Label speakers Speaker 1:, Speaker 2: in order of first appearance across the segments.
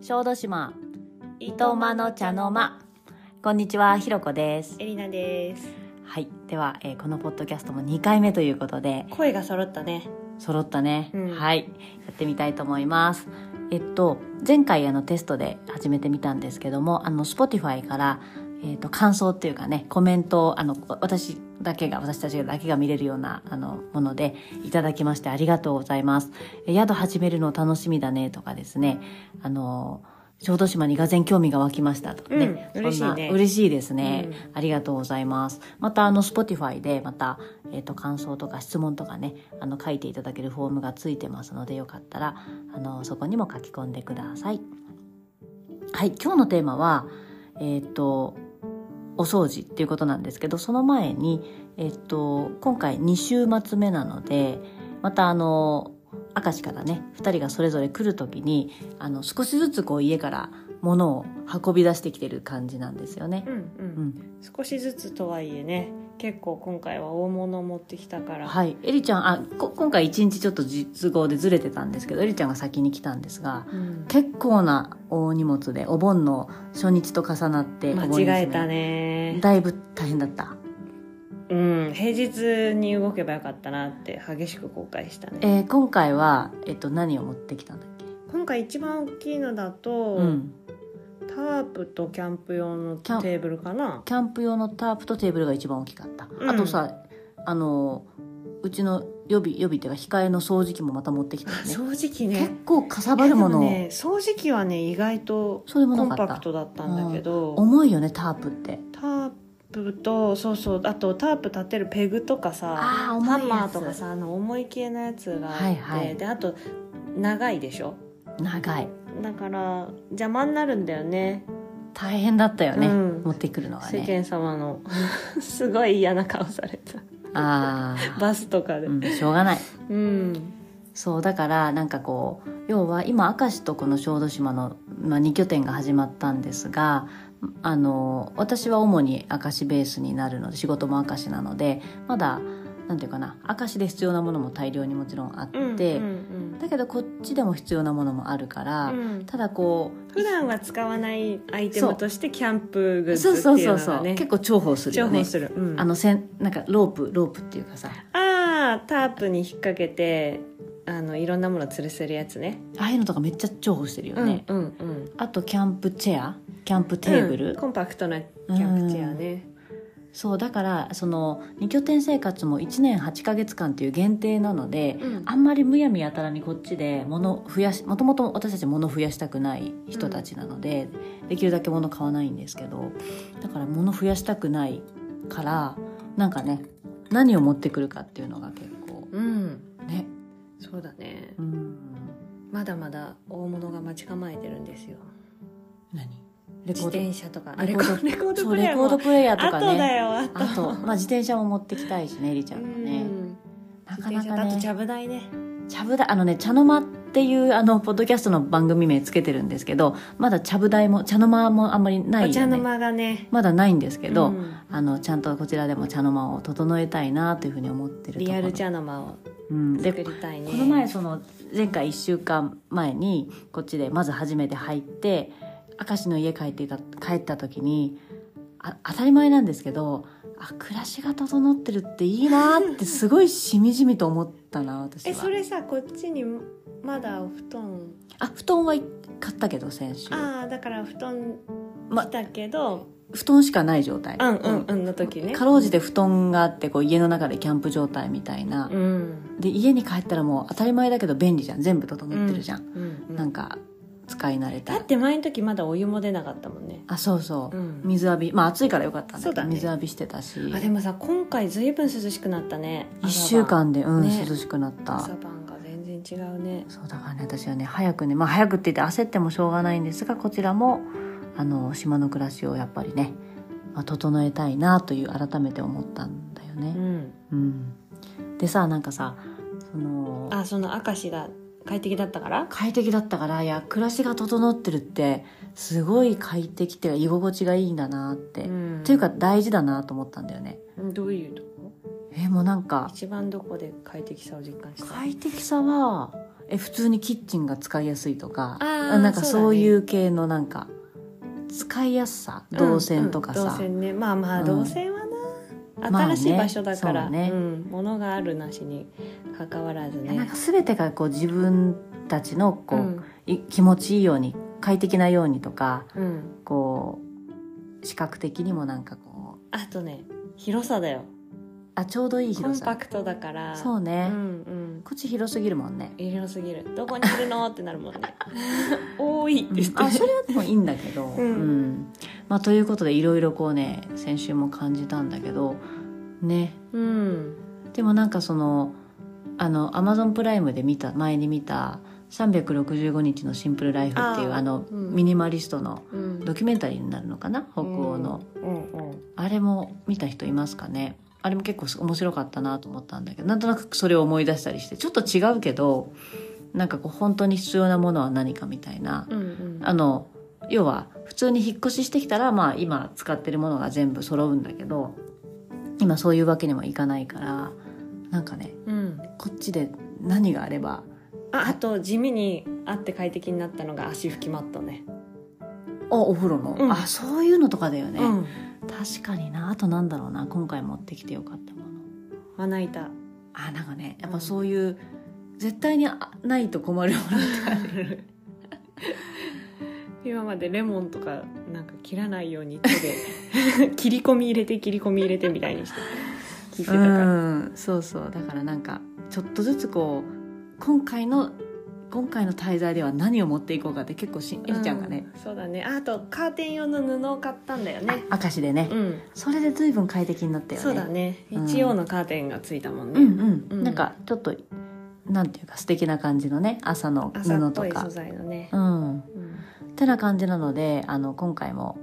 Speaker 1: 小豆島
Speaker 2: い
Speaker 1: 糸間の茶の間こんにちはひろこです
Speaker 2: エリナです
Speaker 1: はいでは、えーこのポッドキャストも2回目ということで
Speaker 2: 声が揃ったね
Speaker 1: 揃ったね、
Speaker 2: うん
Speaker 1: はいやってみたいと思いますえっと前回あのテストで始めてみたんですけどもあの Spotify からえっと感想っていうかねコメントをあのこ私だけが私たちだけが見れるようなあのものでいただきましてありがとうございますえ宿始めるの楽しみだねとかですねあの小豆島にがぜん興味が湧きましたとかね、
Speaker 2: うん嬉しいね
Speaker 1: そんな嬉しいですね、ありがとうございますまたあの Spotify でまた、えっと感想とか質問とかねあの書いていただけるフォームがついてますのでよかったらあのそこにも書き込んでくださいはい今日のテーマはえっ、とお掃除っていうことなんですけどその前に、えっと今回2週末目なのでまたあの明石からね2人がそれぞれ来る時にあの少しずつこう家から物を運び出してきてる感じなんですよね
Speaker 2: うん。う、
Speaker 1: うんん、
Speaker 2: 少しずつとはいえね結構今回は大物を持ってきたから、
Speaker 1: はいエリちゃんあこ今回1日ちょっと実合でずれてたんですけどエリちゃんが先に来たんですが
Speaker 2: うん
Speaker 1: 結構な大荷物でお盆の初日と重なってお盆です
Speaker 2: 間違えたね
Speaker 1: だいぶ大変だった
Speaker 2: うん平日に動けばよかったなって激しく後悔したね
Speaker 1: えー今回は、えっと、何を持ってきたんだっけ、
Speaker 2: 今回一番大きいのだと、
Speaker 1: うん、
Speaker 2: タープとキャンプ用のテ
Speaker 1: キャン
Speaker 2: ーブルかな
Speaker 1: キャンプ用のタープとテーブルが一番大きかった、
Speaker 2: うん
Speaker 1: あとさあのうちの予備予備っていうか控えの掃除機もまた持ってきたよね
Speaker 2: 掃除
Speaker 1: 結
Speaker 2: 機ね
Speaker 1: 構かさばるもの、
Speaker 2: いやでね掃除機はね意外と
Speaker 1: そういうも
Speaker 2: コ
Speaker 1: の
Speaker 2: ン
Speaker 1: があ
Speaker 2: パ
Speaker 1: っ
Speaker 2: ク
Speaker 1: た
Speaker 2: トだったんだけど、
Speaker 1: 重いよねタープって
Speaker 2: タープとそうそうあとタープ立てるペグとかさ
Speaker 1: ああ
Speaker 2: ハ
Speaker 1: 重い
Speaker 2: ンマ
Speaker 1: や
Speaker 2: ー
Speaker 1: つ
Speaker 2: とかさあの重い系のやつがあって、
Speaker 1: はいはい
Speaker 2: であと長いでしょ
Speaker 1: 長い
Speaker 2: だから邪魔になるんだよね
Speaker 1: 大変だったよね、
Speaker 2: うん
Speaker 1: 持ってくるのが
Speaker 2: 世
Speaker 1: ね
Speaker 2: 間様の すごい嫌な顔された
Speaker 1: ああ、
Speaker 2: バスとかで
Speaker 1: うん、しょうがない
Speaker 2: うん
Speaker 1: そうだからなんかこう要は今明石とこの小豆島の、まあ、2拠点が始まったんですがあの私は主に明石ベースになるので仕事も明石なのでまだなんていうかな明石で必要なものも大量にもちろんあって、
Speaker 2: うんうん
Speaker 1: だけどこっちでも必要なものもあるから、
Speaker 2: うんうん
Speaker 1: ただこう
Speaker 2: 普段は使わないアイテムとしてキャンプグッズ
Speaker 1: そう
Speaker 2: って
Speaker 1: そう
Speaker 2: いう
Speaker 1: そう
Speaker 2: の
Speaker 1: そ
Speaker 2: が
Speaker 1: う、
Speaker 2: ね
Speaker 1: 結構重宝する
Speaker 2: 重
Speaker 1: よね
Speaker 2: 宝する、うん
Speaker 1: あのせんなんかロープロープっていうかさ
Speaker 2: あータープに引っ掛けてあのいろんなものを吊るせるやつね
Speaker 1: ああいうのとかめっちゃ重宝してるよね、
Speaker 2: うんうんうん
Speaker 1: あとキャンプチェアキャンプテーブル、
Speaker 2: うんコンパクトなキャンプチェアね
Speaker 1: そうだからその2拠点生活も1年8ヶ月間という限定なので、
Speaker 2: うん
Speaker 1: あんまりむやみやたらにこっちで物増やしもともと私たち物増やしたくない人たちなので、できるだけ物買わないんですけどだから物増やしたくないからなんかね何を持ってくるかっていうのが結構
Speaker 2: うん、
Speaker 1: ね
Speaker 2: そうだね
Speaker 1: うん
Speaker 2: まだまだ大物が待ち構えてるんですよ
Speaker 1: 何レ
Speaker 2: 自
Speaker 1: コー
Speaker 2: 転車とか
Speaker 1: レ
Speaker 2: レ
Speaker 1: コ
Speaker 2: コ
Speaker 1: ー
Speaker 2: ーレコー
Speaker 1: ド
Speaker 2: ド
Speaker 1: そう
Speaker 2: プレイ
Speaker 1: レ
Speaker 2: ヤー
Speaker 1: コード
Speaker 2: も
Speaker 1: プレイヤーと
Speaker 2: あ
Speaker 1: か
Speaker 2: とだ
Speaker 1: ね
Speaker 2: よあと
Speaker 1: あと、まあ、自転車も持ってきたいしねえりちゃんはね、
Speaker 2: うん
Speaker 1: なか
Speaker 2: 自
Speaker 1: な
Speaker 2: 転車
Speaker 1: か
Speaker 2: とあと
Speaker 1: ね
Speaker 2: ちゃぶ台ね
Speaker 1: 茶ぶ台あのね茶の間っていうあのポッドキャストの番組名つけてるんですけどまだ茶ぶ台も茶の間もあんまりないよ、
Speaker 2: お
Speaker 1: ね、
Speaker 2: 茶の間がね
Speaker 1: まだないんですけど、
Speaker 2: うん
Speaker 1: あのちゃんとこちらでも茶の間を整えたいなというふうに思ってるところ
Speaker 2: リアル茶の間を
Speaker 1: うん、で
Speaker 2: 作りたいね
Speaker 1: この前その前回1週間前にこっちでまず初めて入って明石の家帰っていた帰った時にあ当たり前なんですけどあ暮らしが整ってるっていいなってすごいしみじみと思ったな私は
Speaker 2: えそれさこっちにまだお布団
Speaker 1: あ布団は買ったけど先週
Speaker 2: ああだから布団
Speaker 1: ま
Speaker 2: 来たけど、
Speaker 1: 布団しかない状態
Speaker 2: うんうんうんの時ね
Speaker 1: かろうじて布団があってこう家の中でキャンプ状態みたいな、
Speaker 2: うん
Speaker 1: で家に帰ったらもう当たり前だけど便利じゃん全部整ってるじゃん、
Speaker 2: うんうん
Speaker 1: なんか使い慣れ
Speaker 2: だ
Speaker 1: た
Speaker 2: って前の時まだお湯も出なかったもんね、
Speaker 1: あそうそう、
Speaker 2: うん
Speaker 1: 水浴びまあ暑いからよかったんだ
Speaker 2: そう
Speaker 1: けど
Speaker 2: だね
Speaker 1: 水浴びしてたし
Speaker 2: あでもさ今回ずいぶん涼しくなったね
Speaker 1: 1週間でうん、
Speaker 2: ね
Speaker 1: 涼しくなった
Speaker 2: 朝晩朝晩が全然違うね
Speaker 1: そうだからね私はね早くねまあ早くって言って焦ってもしょうがないんですがこちらもあの島の暮らしをやっぱりね、まあ、整えたいなという改めて思ったんだよね、
Speaker 2: うん
Speaker 1: うん、でさなんかさその
Speaker 2: あその明石が快適だったから
Speaker 1: 快適だったからいや暮らしが整ってるってすごい快適っていうか居心地がいいんだなって、っ
Speaker 2: ん
Speaker 1: ていうか大事だなと思ったんだよね
Speaker 2: どういうとこ
Speaker 1: ええもうなんか
Speaker 2: 一番どこで快適さを実感した
Speaker 1: 快適さはえ普通にキッチンが使いやすいとか
Speaker 2: あー
Speaker 1: なんかそうい
Speaker 2: そう
Speaker 1: 系のなんか使いやすさ動線とかさ、
Speaker 2: うんうん動線ねまあま
Speaker 1: う
Speaker 2: あ
Speaker 1: ん
Speaker 2: 動線はな、
Speaker 1: まあね
Speaker 2: 新しい場所だから、
Speaker 1: そうね
Speaker 2: うん、物があるなしに関わらず
Speaker 1: いやなん
Speaker 2: ね
Speaker 1: か全てがこう自分たちのこう、
Speaker 2: うん
Speaker 1: い気持ちいいように快適なようにとか
Speaker 2: うん、
Speaker 1: こう視覚的にもなんかこう
Speaker 2: あとね広さだよ
Speaker 1: あちょうどいい
Speaker 2: コン
Speaker 1: 広
Speaker 2: パ
Speaker 1: さ
Speaker 2: クトだから
Speaker 1: そうね、
Speaker 2: うん
Speaker 1: こっち広すぎるもんね
Speaker 2: う、ん広すぎるどこにいるのってな るもんね多いって言って、
Speaker 1: あそれはでもいいんだけど、
Speaker 2: うん
Speaker 1: んまあ、ということでいろいろこうね先週も感じたんだけどね
Speaker 2: うん
Speaker 1: でもなんかそのあのアマゾンプライムで見た前に見た「365日のシンプルライフ」っていう
Speaker 2: あー
Speaker 1: あの、
Speaker 2: うん
Speaker 1: ミニマリストの
Speaker 2: うん
Speaker 1: ドキュメンタリーになるのかな北欧の、
Speaker 2: うんうん
Speaker 1: あれも見た人いますかねあれも結構面白かったなと思ったんだけどなんとなくそれを思い出したりしてちょっと違うけどなんかこう本当に必要なものは何かみたいな、
Speaker 2: うんうん
Speaker 1: あの要は普通に引っ越ししてきたらまあ今使ってるものが全部揃うんだけど今そういうわけにもいかないからなんかね
Speaker 2: うん
Speaker 1: こっちで何があれば
Speaker 2: ああと地味にあって快適になったのが足拭きマットね
Speaker 1: あお風呂の、
Speaker 2: うん
Speaker 1: あそういうのとかだよね、
Speaker 2: うん
Speaker 1: 確かになあとなんだろうな今回持ってきてよかったもの
Speaker 2: まな板
Speaker 1: あなんかねやっぱそういう、絶対にあないと困るものってある
Speaker 2: 今までレモンとかなんか切らないように手 で切り込み入れて切り込み入れてみたいにして切ってたから
Speaker 1: うんそうそうだからなんかちょっとずつこう今回の今回の滞在では何を持っていこうかって結構しえりちゃんがね、
Speaker 2: うそうだねあとカーテン用の布を買ったんだよね
Speaker 1: 明石でね、
Speaker 2: うん
Speaker 1: それで随分快適になったよね
Speaker 2: そうだね
Speaker 1: うん
Speaker 2: 日曜のカーテンがついたもん
Speaker 1: うん
Speaker 2: ね、
Speaker 1: うん、
Speaker 2: うん
Speaker 1: なんかちょっとなんていうか素敵な感じのね朝の
Speaker 2: 朝
Speaker 1: 布
Speaker 2: っ
Speaker 1: と
Speaker 2: ぽい
Speaker 1: か
Speaker 2: 素材のね
Speaker 1: う、ん
Speaker 2: うん
Speaker 1: てな感じなのであの今回も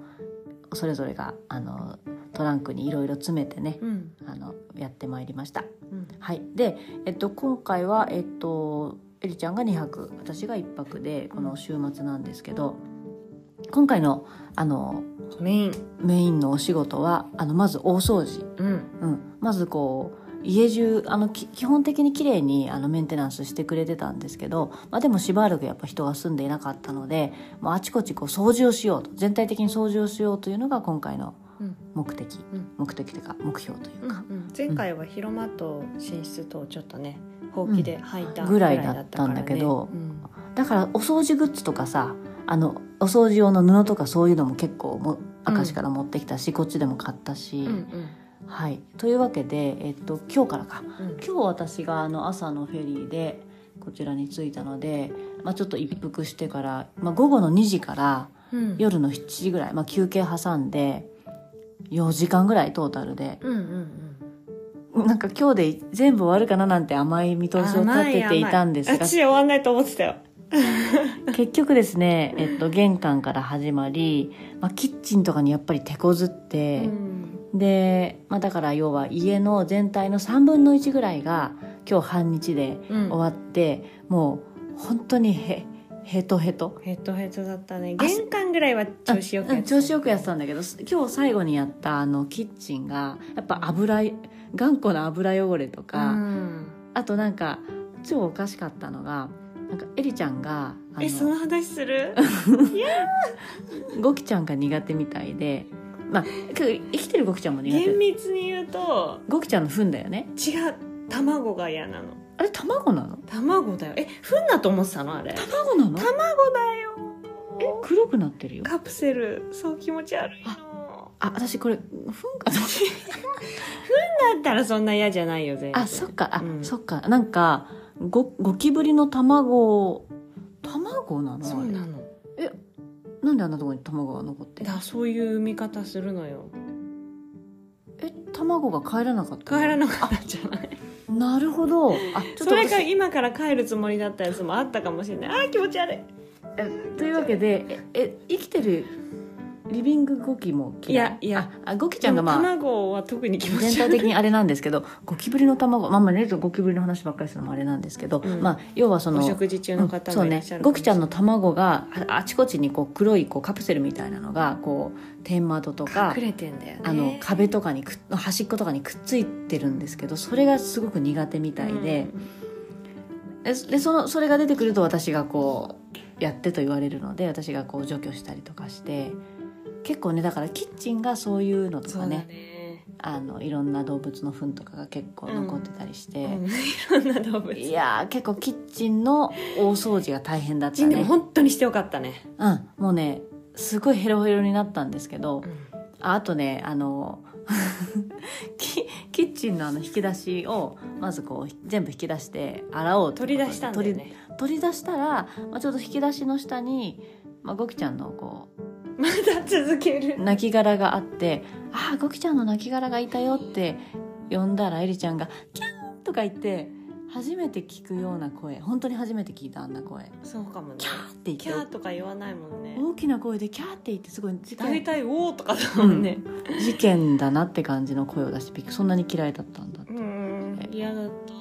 Speaker 1: それぞれがあのトランクにいろいろ詰めてね、
Speaker 2: うん
Speaker 1: あのやってまいりました
Speaker 2: うん
Speaker 1: はい、で、えっと、今回は、えっと、エリちゃんが2泊私が1泊でこの週末なんですけど今回のあの
Speaker 2: メイン、
Speaker 1: メインのお仕事はあのまず大掃除、
Speaker 2: うん、
Speaker 1: うん、まずこう家中あのき基本的に綺麗にあのメンテナンスしてくれてたんですけど、まあ、でもしばらくやっぱ人が住んでいなかったのでもうあちこちこう掃除をしようと全体的に掃除をしようというのが今回の
Speaker 2: うん
Speaker 1: 目的、
Speaker 2: うん
Speaker 1: 目的というか目標というか、
Speaker 2: 前回は広間と寝室とちょっとねほうきで履いた
Speaker 1: うんぐらいだったんだけど
Speaker 2: ぐらいだったか
Speaker 1: だからお掃除グッズとかさあのお掃除用の布とかそういうのも結構も明石から持ってきたし、こっちでも買ったし、
Speaker 2: らねうんうん
Speaker 1: はいというわけで、えっと、今日からか
Speaker 2: うんうん
Speaker 1: 今日私があの朝のフェリーでこちらに着いたので、まあ、ちょっと一服してから、まあ、午後の2時から
Speaker 2: うん
Speaker 1: 夜の7時ぐらい、まあ、休憩挟んで4時間ぐらいトータルで
Speaker 2: うんうん
Speaker 1: なんか今日で全部終わるかななんて甘い見
Speaker 2: うん
Speaker 1: 通しを立てていたんです
Speaker 2: 甘い甘い
Speaker 1: が
Speaker 2: 私終わんないと思ってたよ
Speaker 1: 結局ですね、えっと、玄関から始まり、まあ、キッチンとかにやっぱり手こずっ
Speaker 2: う
Speaker 1: て、
Speaker 2: ん
Speaker 1: で、まあ、だから要は家の全体の3分の1ぐらいが今日半日で
Speaker 2: う
Speaker 1: 終
Speaker 2: ん
Speaker 1: わって、もう本当にへへとへと。
Speaker 2: ヘトヘトだったね玄関ぐらいは調子よく
Speaker 1: う
Speaker 2: や
Speaker 1: ん
Speaker 2: って
Speaker 1: 調子よくやってたんだけど今日最後にやったあのキッチンがやっぱ油い頑固な油汚れと
Speaker 2: たう
Speaker 1: か、
Speaker 2: ん
Speaker 1: あとなんか超おかしかったのがなんかエリちゃんがあ
Speaker 2: えその話する
Speaker 1: ゴキちゃんが苦手みたいで、まあ、けど生きてるゴキちゃんも苦
Speaker 2: 厳
Speaker 1: 手
Speaker 2: 密に言うと
Speaker 1: ゴキちゃんの糞だよね
Speaker 2: 違う卵が嫌なの
Speaker 1: あれ卵なの
Speaker 2: 卵だよえフンだと思ってたのあれ
Speaker 1: 卵なの
Speaker 2: 卵だよ
Speaker 1: え黒くなってるよ
Speaker 2: カプセルそう気持ち悪いの
Speaker 1: あ私これ糞かと思っ
Speaker 2: だったらそんな嫌じゃないよ全
Speaker 1: た
Speaker 2: 然
Speaker 1: あそっかあ、
Speaker 2: うん
Speaker 1: そっかなんかゴゴキブリの卵を卵なの
Speaker 2: そう
Speaker 1: あ
Speaker 2: なの
Speaker 1: れなんであんなとこに卵が残ってる
Speaker 2: だそういう見方するのよ
Speaker 1: え卵が帰らなかったの
Speaker 2: 帰らなかったんじゃない
Speaker 1: なるほどあちょっ
Speaker 2: そ
Speaker 1: と
Speaker 2: れか
Speaker 1: 私
Speaker 2: 今から帰るつもりだったやつもあったかもしれないあー気持ち悪い
Speaker 1: えというわけでええ生きてるリビングゴキも嫌い
Speaker 2: いやいや
Speaker 1: ああゴキちゃんがまあ
Speaker 2: 卵は特に気持
Speaker 1: 全
Speaker 2: ち
Speaker 1: 体
Speaker 2: 悪い
Speaker 1: 的にあれなんですけどゴキブリの卵まあまあレイとゴキブリの話ばっかりするのもあれなんですけど、
Speaker 2: うん
Speaker 1: まあ要はその
Speaker 2: お食事中の方
Speaker 1: そう
Speaker 2: もいら
Speaker 1: ね
Speaker 2: っしゃるか
Speaker 1: ゴ
Speaker 2: も
Speaker 1: キ
Speaker 2: し
Speaker 1: ち
Speaker 2: れ
Speaker 1: ゃ
Speaker 2: ない
Speaker 1: んの卵がああちこちにこう黒いこうカプセルみたいなのがこう天窓とか
Speaker 2: 隠れてんだよね
Speaker 1: あの壁とかにくっ端っことかにくっついてるんですけどそれがすごく苦手みたいで,、ででそのそれが出てくると私がこうやってと言われるので私がこう除去したりとかして結構ねだからキッチンがそういうの
Speaker 2: うん
Speaker 1: と
Speaker 2: そう
Speaker 1: か
Speaker 2: だ
Speaker 1: ね
Speaker 2: ね
Speaker 1: あのいろんな動物の糞とかが結構残ってたりして、
Speaker 2: うんいろんな動物
Speaker 1: いやー結構キッチンの大掃除が大変だった
Speaker 2: 人でも
Speaker 1: ね
Speaker 2: 本当にしてよかったね、
Speaker 1: うんもうねすごいヘロヘロになったんですけどああとねあの キキッチンのあの引き出しをまずこう全部引き出して洗おうってこと
Speaker 2: 取
Speaker 1: で
Speaker 2: り出したんだよね
Speaker 1: 取り取り出したら、まあ、ちょうど引き出しの下に、まあ、ゴキちゃんのこ
Speaker 2: まだ続ける
Speaker 1: う亡きがあって「ああゴキちゃんの亡きがいたよ」って呼んだらエリちゃんが「キャン!」とか言って初めて聞くような声本当に初めて聞いたあんな声。
Speaker 2: そうかもね
Speaker 1: キャーって言って
Speaker 2: キャーとか言わないもんね
Speaker 1: 大きな声でキャーって言ってすごい事
Speaker 2: 大
Speaker 1: 件
Speaker 2: 体「おー」とかだもんね
Speaker 1: 事件だなって感じの声を出してびっくそんなに嫌いだったんだ、
Speaker 2: うん
Speaker 1: ん
Speaker 2: 嫌だった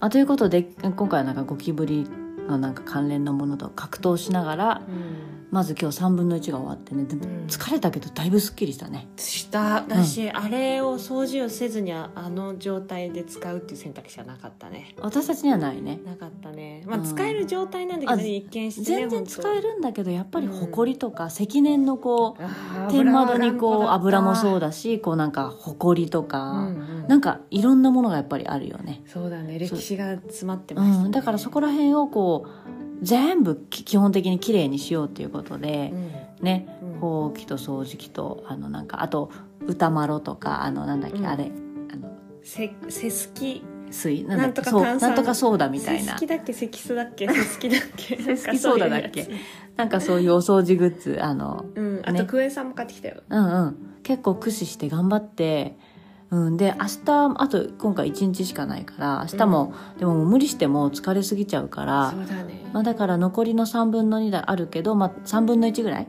Speaker 1: あ、ということで今回はなんかゴキブリのなんか関連のものと格闘しながら
Speaker 2: うん
Speaker 1: まず今日3分の1が終わってねでも
Speaker 2: うん
Speaker 1: 疲れたけどだいぶすっきりしたね
Speaker 2: した私、あれを掃除をせずにああの状態で使うっていう選択肢はなかったね
Speaker 1: 私たちにはないね
Speaker 2: なかったねまあ
Speaker 1: うん
Speaker 2: 使える状態なんだけど、ね
Speaker 1: あ
Speaker 2: 一見して、ね、
Speaker 1: 全然使え
Speaker 2: る
Speaker 1: るんだけどやっぱり
Speaker 2: うん
Speaker 1: 埃とか積年のこう天窓にこう油もそう
Speaker 2: だ
Speaker 1: だしこうなんか埃と
Speaker 2: う
Speaker 1: か
Speaker 2: ん、うん
Speaker 1: なんかいろんなものがやっぱりあるよね
Speaker 2: そうだね歴史が詰まってました、ね
Speaker 1: うん、だからそこら辺をこう全部き基本的にきれいにしようっていうことで
Speaker 2: う、ん
Speaker 1: ね
Speaker 2: うん
Speaker 1: ほうきと掃除機とあのなんかあと歌まろとかあのなんだっけ、
Speaker 2: うん
Speaker 1: あれあの
Speaker 2: せせすき
Speaker 1: 水な
Speaker 2: な
Speaker 1: だ
Speaker 2: んと
Speaker 1: っけ
Speaker 2: か
Speaker 1: そう
Speaker 2: 炭酸
Speaker 1: なんとかソーダみたい
Speaker 2: せ
Speaker 1: な
Speaker 2: すきだっけせきすだっけせすきだっ け
Speaker 1: せすきソーダだっけなんかそういうお掃除グッズあの
Speaker 2: うんあ
Speaker 1: ね
Speaker 2: とクエさんも買ってきたよ、
Speaker 1: うんうん結構駆使して頑張って。うん、で明日あと今回1日しかないから明日も、でももう無理しても疲れすぎちゃうから
Speaker 2: そうだね
Speaker 1: まあ、だから残りの3分の2だあるけど、まあ、3分の1ぐらい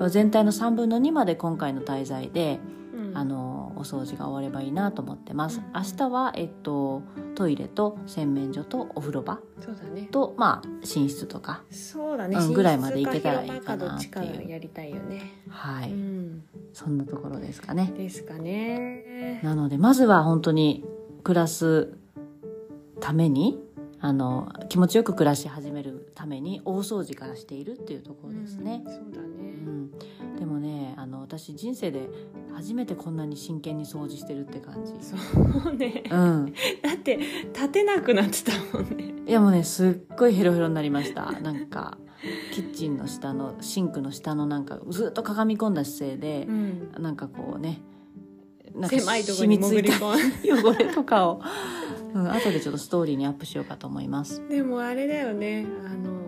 Speaker 2: うん
Speaker 1: 全体の3分の2まで今回の滞在で、
Speaker 2: うん
Speaker 1: あのお掃除が終わればいいなと思ってます、
Speaker 2: うん
Speaker 1: 明日は、えっと、トイレと洗面所とお風呂場
Speaker 2: そうだね
Speaker 1: と、まあ、寝室とか
Speaker 2: そうだね、
Speaker 1: うんぐらいまで行けたらいい
Speaker 2: 寝室
Speaker 1: かなっていう
Speaker 2: 広場どっちかやりたいよね、
Speaker 1: はい、
Speaker 2: うん
Speaker 1: そんなところですかね
Speaker 2: ですかね
Speaker 1: なのでまずは本当に暮らすためにあの気持ちよく暮らし始めるために大掃除からしているっていうところですね、
Speaker 2: うんそうだ
Speaker 1: う
Speaker 2: ね、
Speaker 1: ん、でもねあの私人生で初めてこんなに真剣に掃除してるって感じ
Speaker 2: そうね
Speaker 1: うん
Speaker 2: だって立てなくなってたもんね
Speaker 1: いやもうねすっごいヘロヘロになりましたなんかキッチンの下のシンクの下のなんかずっとかがみ込んだ姿勢で、なんかこうねなんか
Speaker 2: 狭いところに潜り
Speaker 1: 染
Speaker 2: 込ん
Speaker 1: みついた汚れとかを、うん、後でちょっとストーリーにアップしようかと思います
Speaker 2: でもあれだよねあの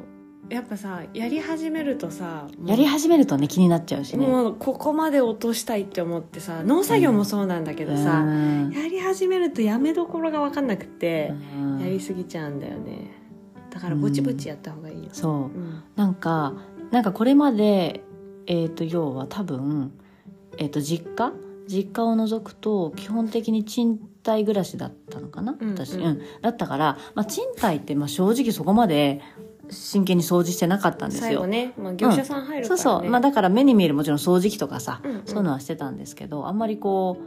Speaker 2: やっぱさやり始めるとさもう
Speaker 1: やり始めるとね気になっちゃうしね
Speaker 2: もうここまで落としたいって思ってさ農作業もそうなんだけ
Speaker 1: う
Speaker 2: どさ、
Speaker 1: ん
Speaker 2: やり始めるとやめどころが分かんなくて、
Speaker 1: うん
Speaker 2: やりすぎちゃうんだよねだからぼちぼちやった方がいいよ、
Speaker 1: そう
Speaker 2: うん
Speaker 1: なんかなんかこれまで、えー、と要は多分、えー、と実家実家を除くと基本的に賃貸暮らしだったのかな、
Speaker 2: うんうん
Speaker 1: 私、うん、だったから、まあ、賃貸ってまあ正直そこまで真剣に掃除してなかったんです
Speaker 2: 最
Speaker 1: よ。
Speaker 2: 後ね、まあ、業者さん入るか
Speaker 1: そ
Speaker 2: ら、
Speaker 1: う
Speaker 2: ね
Speaker 1: そう、まあ、だから目に見えるもちろん掃除機とかさ、
Speaker 2: うんうん
Speaker 1: そういうのはしてたんですけどあんまりこ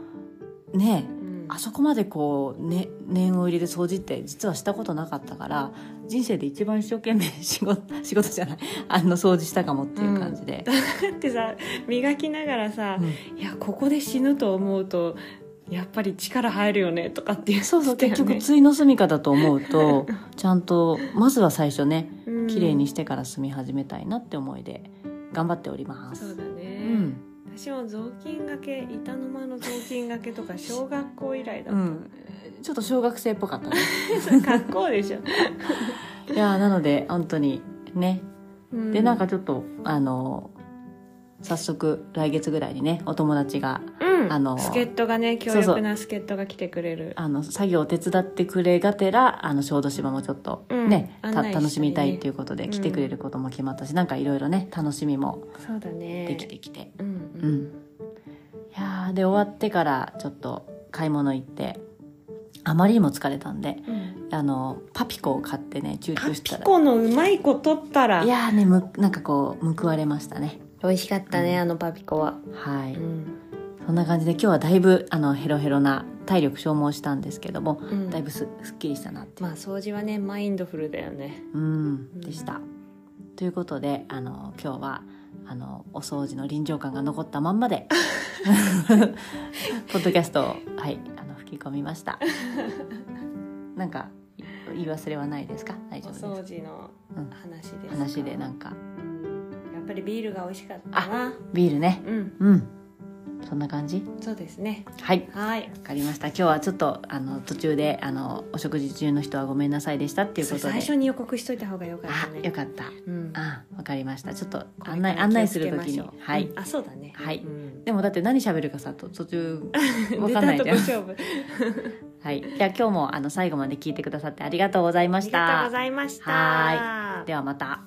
Speaker 1: うねえ
Speaker 2: うん
Speaker 1: あそこまでこう、ね、念を入れて掃除って実はしたことなかったから人生で一番一生懸命仕事 仕事じゃないあの掃除したかもっていう感じで、
Speaker 2: だってさ磨きながらさ
Speaker 1: う、ん
Speaker 2: いやここで死ぬと思うとやっぱり力入るよねとかっていう
Speaker 1: そうそう結局
Speaker 2: 結
Speaker 1: 対の住みかだと思うとちゃんとまずは最初ね
Speaker 2: 局
Speaker 1: 綺麗にしてから住み始めたいなって思いで頑張っておりま
Speaker 2: そう
Speaker 1: す。
Speaker 2: だね、
Speaker 1: うん
Speaker 2: 私も雑巾がけ板の間の雑巾がけとか小学校以来だ
Speaker 1: う
Speaker 2: っ
Speaker 1: ん、ちょっと小学生っぽかったね
Speaker 2: た、 格好でしょ、
Speaker 1: いやーなので本当にね
Speaker 2: うん
Speaker 1: でなんかちょっとあの早速来月ぐらいにねお友達が
Speaker 2: うんうん、
Speaker 1: あの
Speaker 2: 助っ人がね強力な助っ人が来てくれる
Speaker 1: あの作業を手伝ってくれがてらあの小豆島もちょっとね、
Speaker 2: うん
Speaker 1: た
Speaker 2: 案内したりね
Speaker 1: 楽しみたいっていうことで来てくれることも決まったし、なんかいろいろね楽しみも
Speaker 2: そうだね
Speaker 1: できてきて、
Speaker 2: うん
Speaker 1: うんいやーで終わってからちょっと買い物行ってあまりにも疲れたんで
Speaker 2: うん、うん、
Speaker 1: あのパピコを買ってねチューチ
Speaker 2: カ
Speaker 1: ューしたら
Speaker 2: ピコのうまい子取ったら
Speaker 1: いやーねむなんかこう報われましたね
Speaker 2: 美味しかったね、
Speaker 1: うん
Speaker 2: あのパピコは、
Speaker 1: はい、
Speaker 2: うん
Speaker 1: そんな感じで今日はだいぶあのヘロヘロな体力消耗したんですけども、
Speaker 2: うん
Speaker 1: だいぶすすっきりしたなっていう
Speaker 2: まあ掃除はねマインドフルだよね
Speaker 1: うん、でした。ということで、あの、今日は、あの、お掃除の臨場感が残ったまんま で、ポッドキャストを、はい、あの、吹き込みました。なんか、い言い忘れはないですか大
Speaker 2: お
Speaker 1: 丈夫
Speaker 2: 掃
Speaker 1: です。
Speaker 2: 除の
Speaker 1: うん
Speaker 2: 話ですか、
Speaker 1: 話でなんか、
Speaker 2: やっぱりビールが美味しかったな
Speaker 1: ビールね。
Speaker 2: うん
Speaker 1: うん。そんな感じ
Speaker 2: そうですね
Speaker 1: はい。
Speaker 2: はい
Speaker 1: わかりました。今日はちょっと、あの、途中で、あの、お食事中の人はごめんなさいでしたっていうこ
Speaker 2: それ
Speaker 1: とで。
Speaker 2: 最初に予告しといた方がよかった
Speaker 1: あ、よ
Speaker 2: ね
Speaker 1: かった。
Speaker 2: うん
Speaker 1: あ、わかりました。ちょっと、
Speaker 2: これ
Speaker 1: 案
Speaker 2: から
Speaker 1: 内、案内するとき
Speaker 2: 気
Speaker 1: に
Speaker 2: をつけましょう。
Speaker 1: はい。
Speaker 2: うんあそうだね
Speaker 1: はい
Speaker 2: うん
Speaker 1: でもだって何喋るかさと途中 わ
Speaker 2: 出
Speaker 1: か
Speaker 2: た
Speaker 1: んない
Speaker 2: とこ
Speaker 1: じゃん。
Speaker 2: 勝負
Speaker 1: はい。じゃあ今日もあの最後まで聞いてくださってありがとうござい
Speaker 2: あ
Speaker 1: ま
Speaker 2: り
Speaker 1: し
Speaker 2: がとう
Speaker 1: た
Speaker 2: ご。ざいました
Speaker 1: はではまた。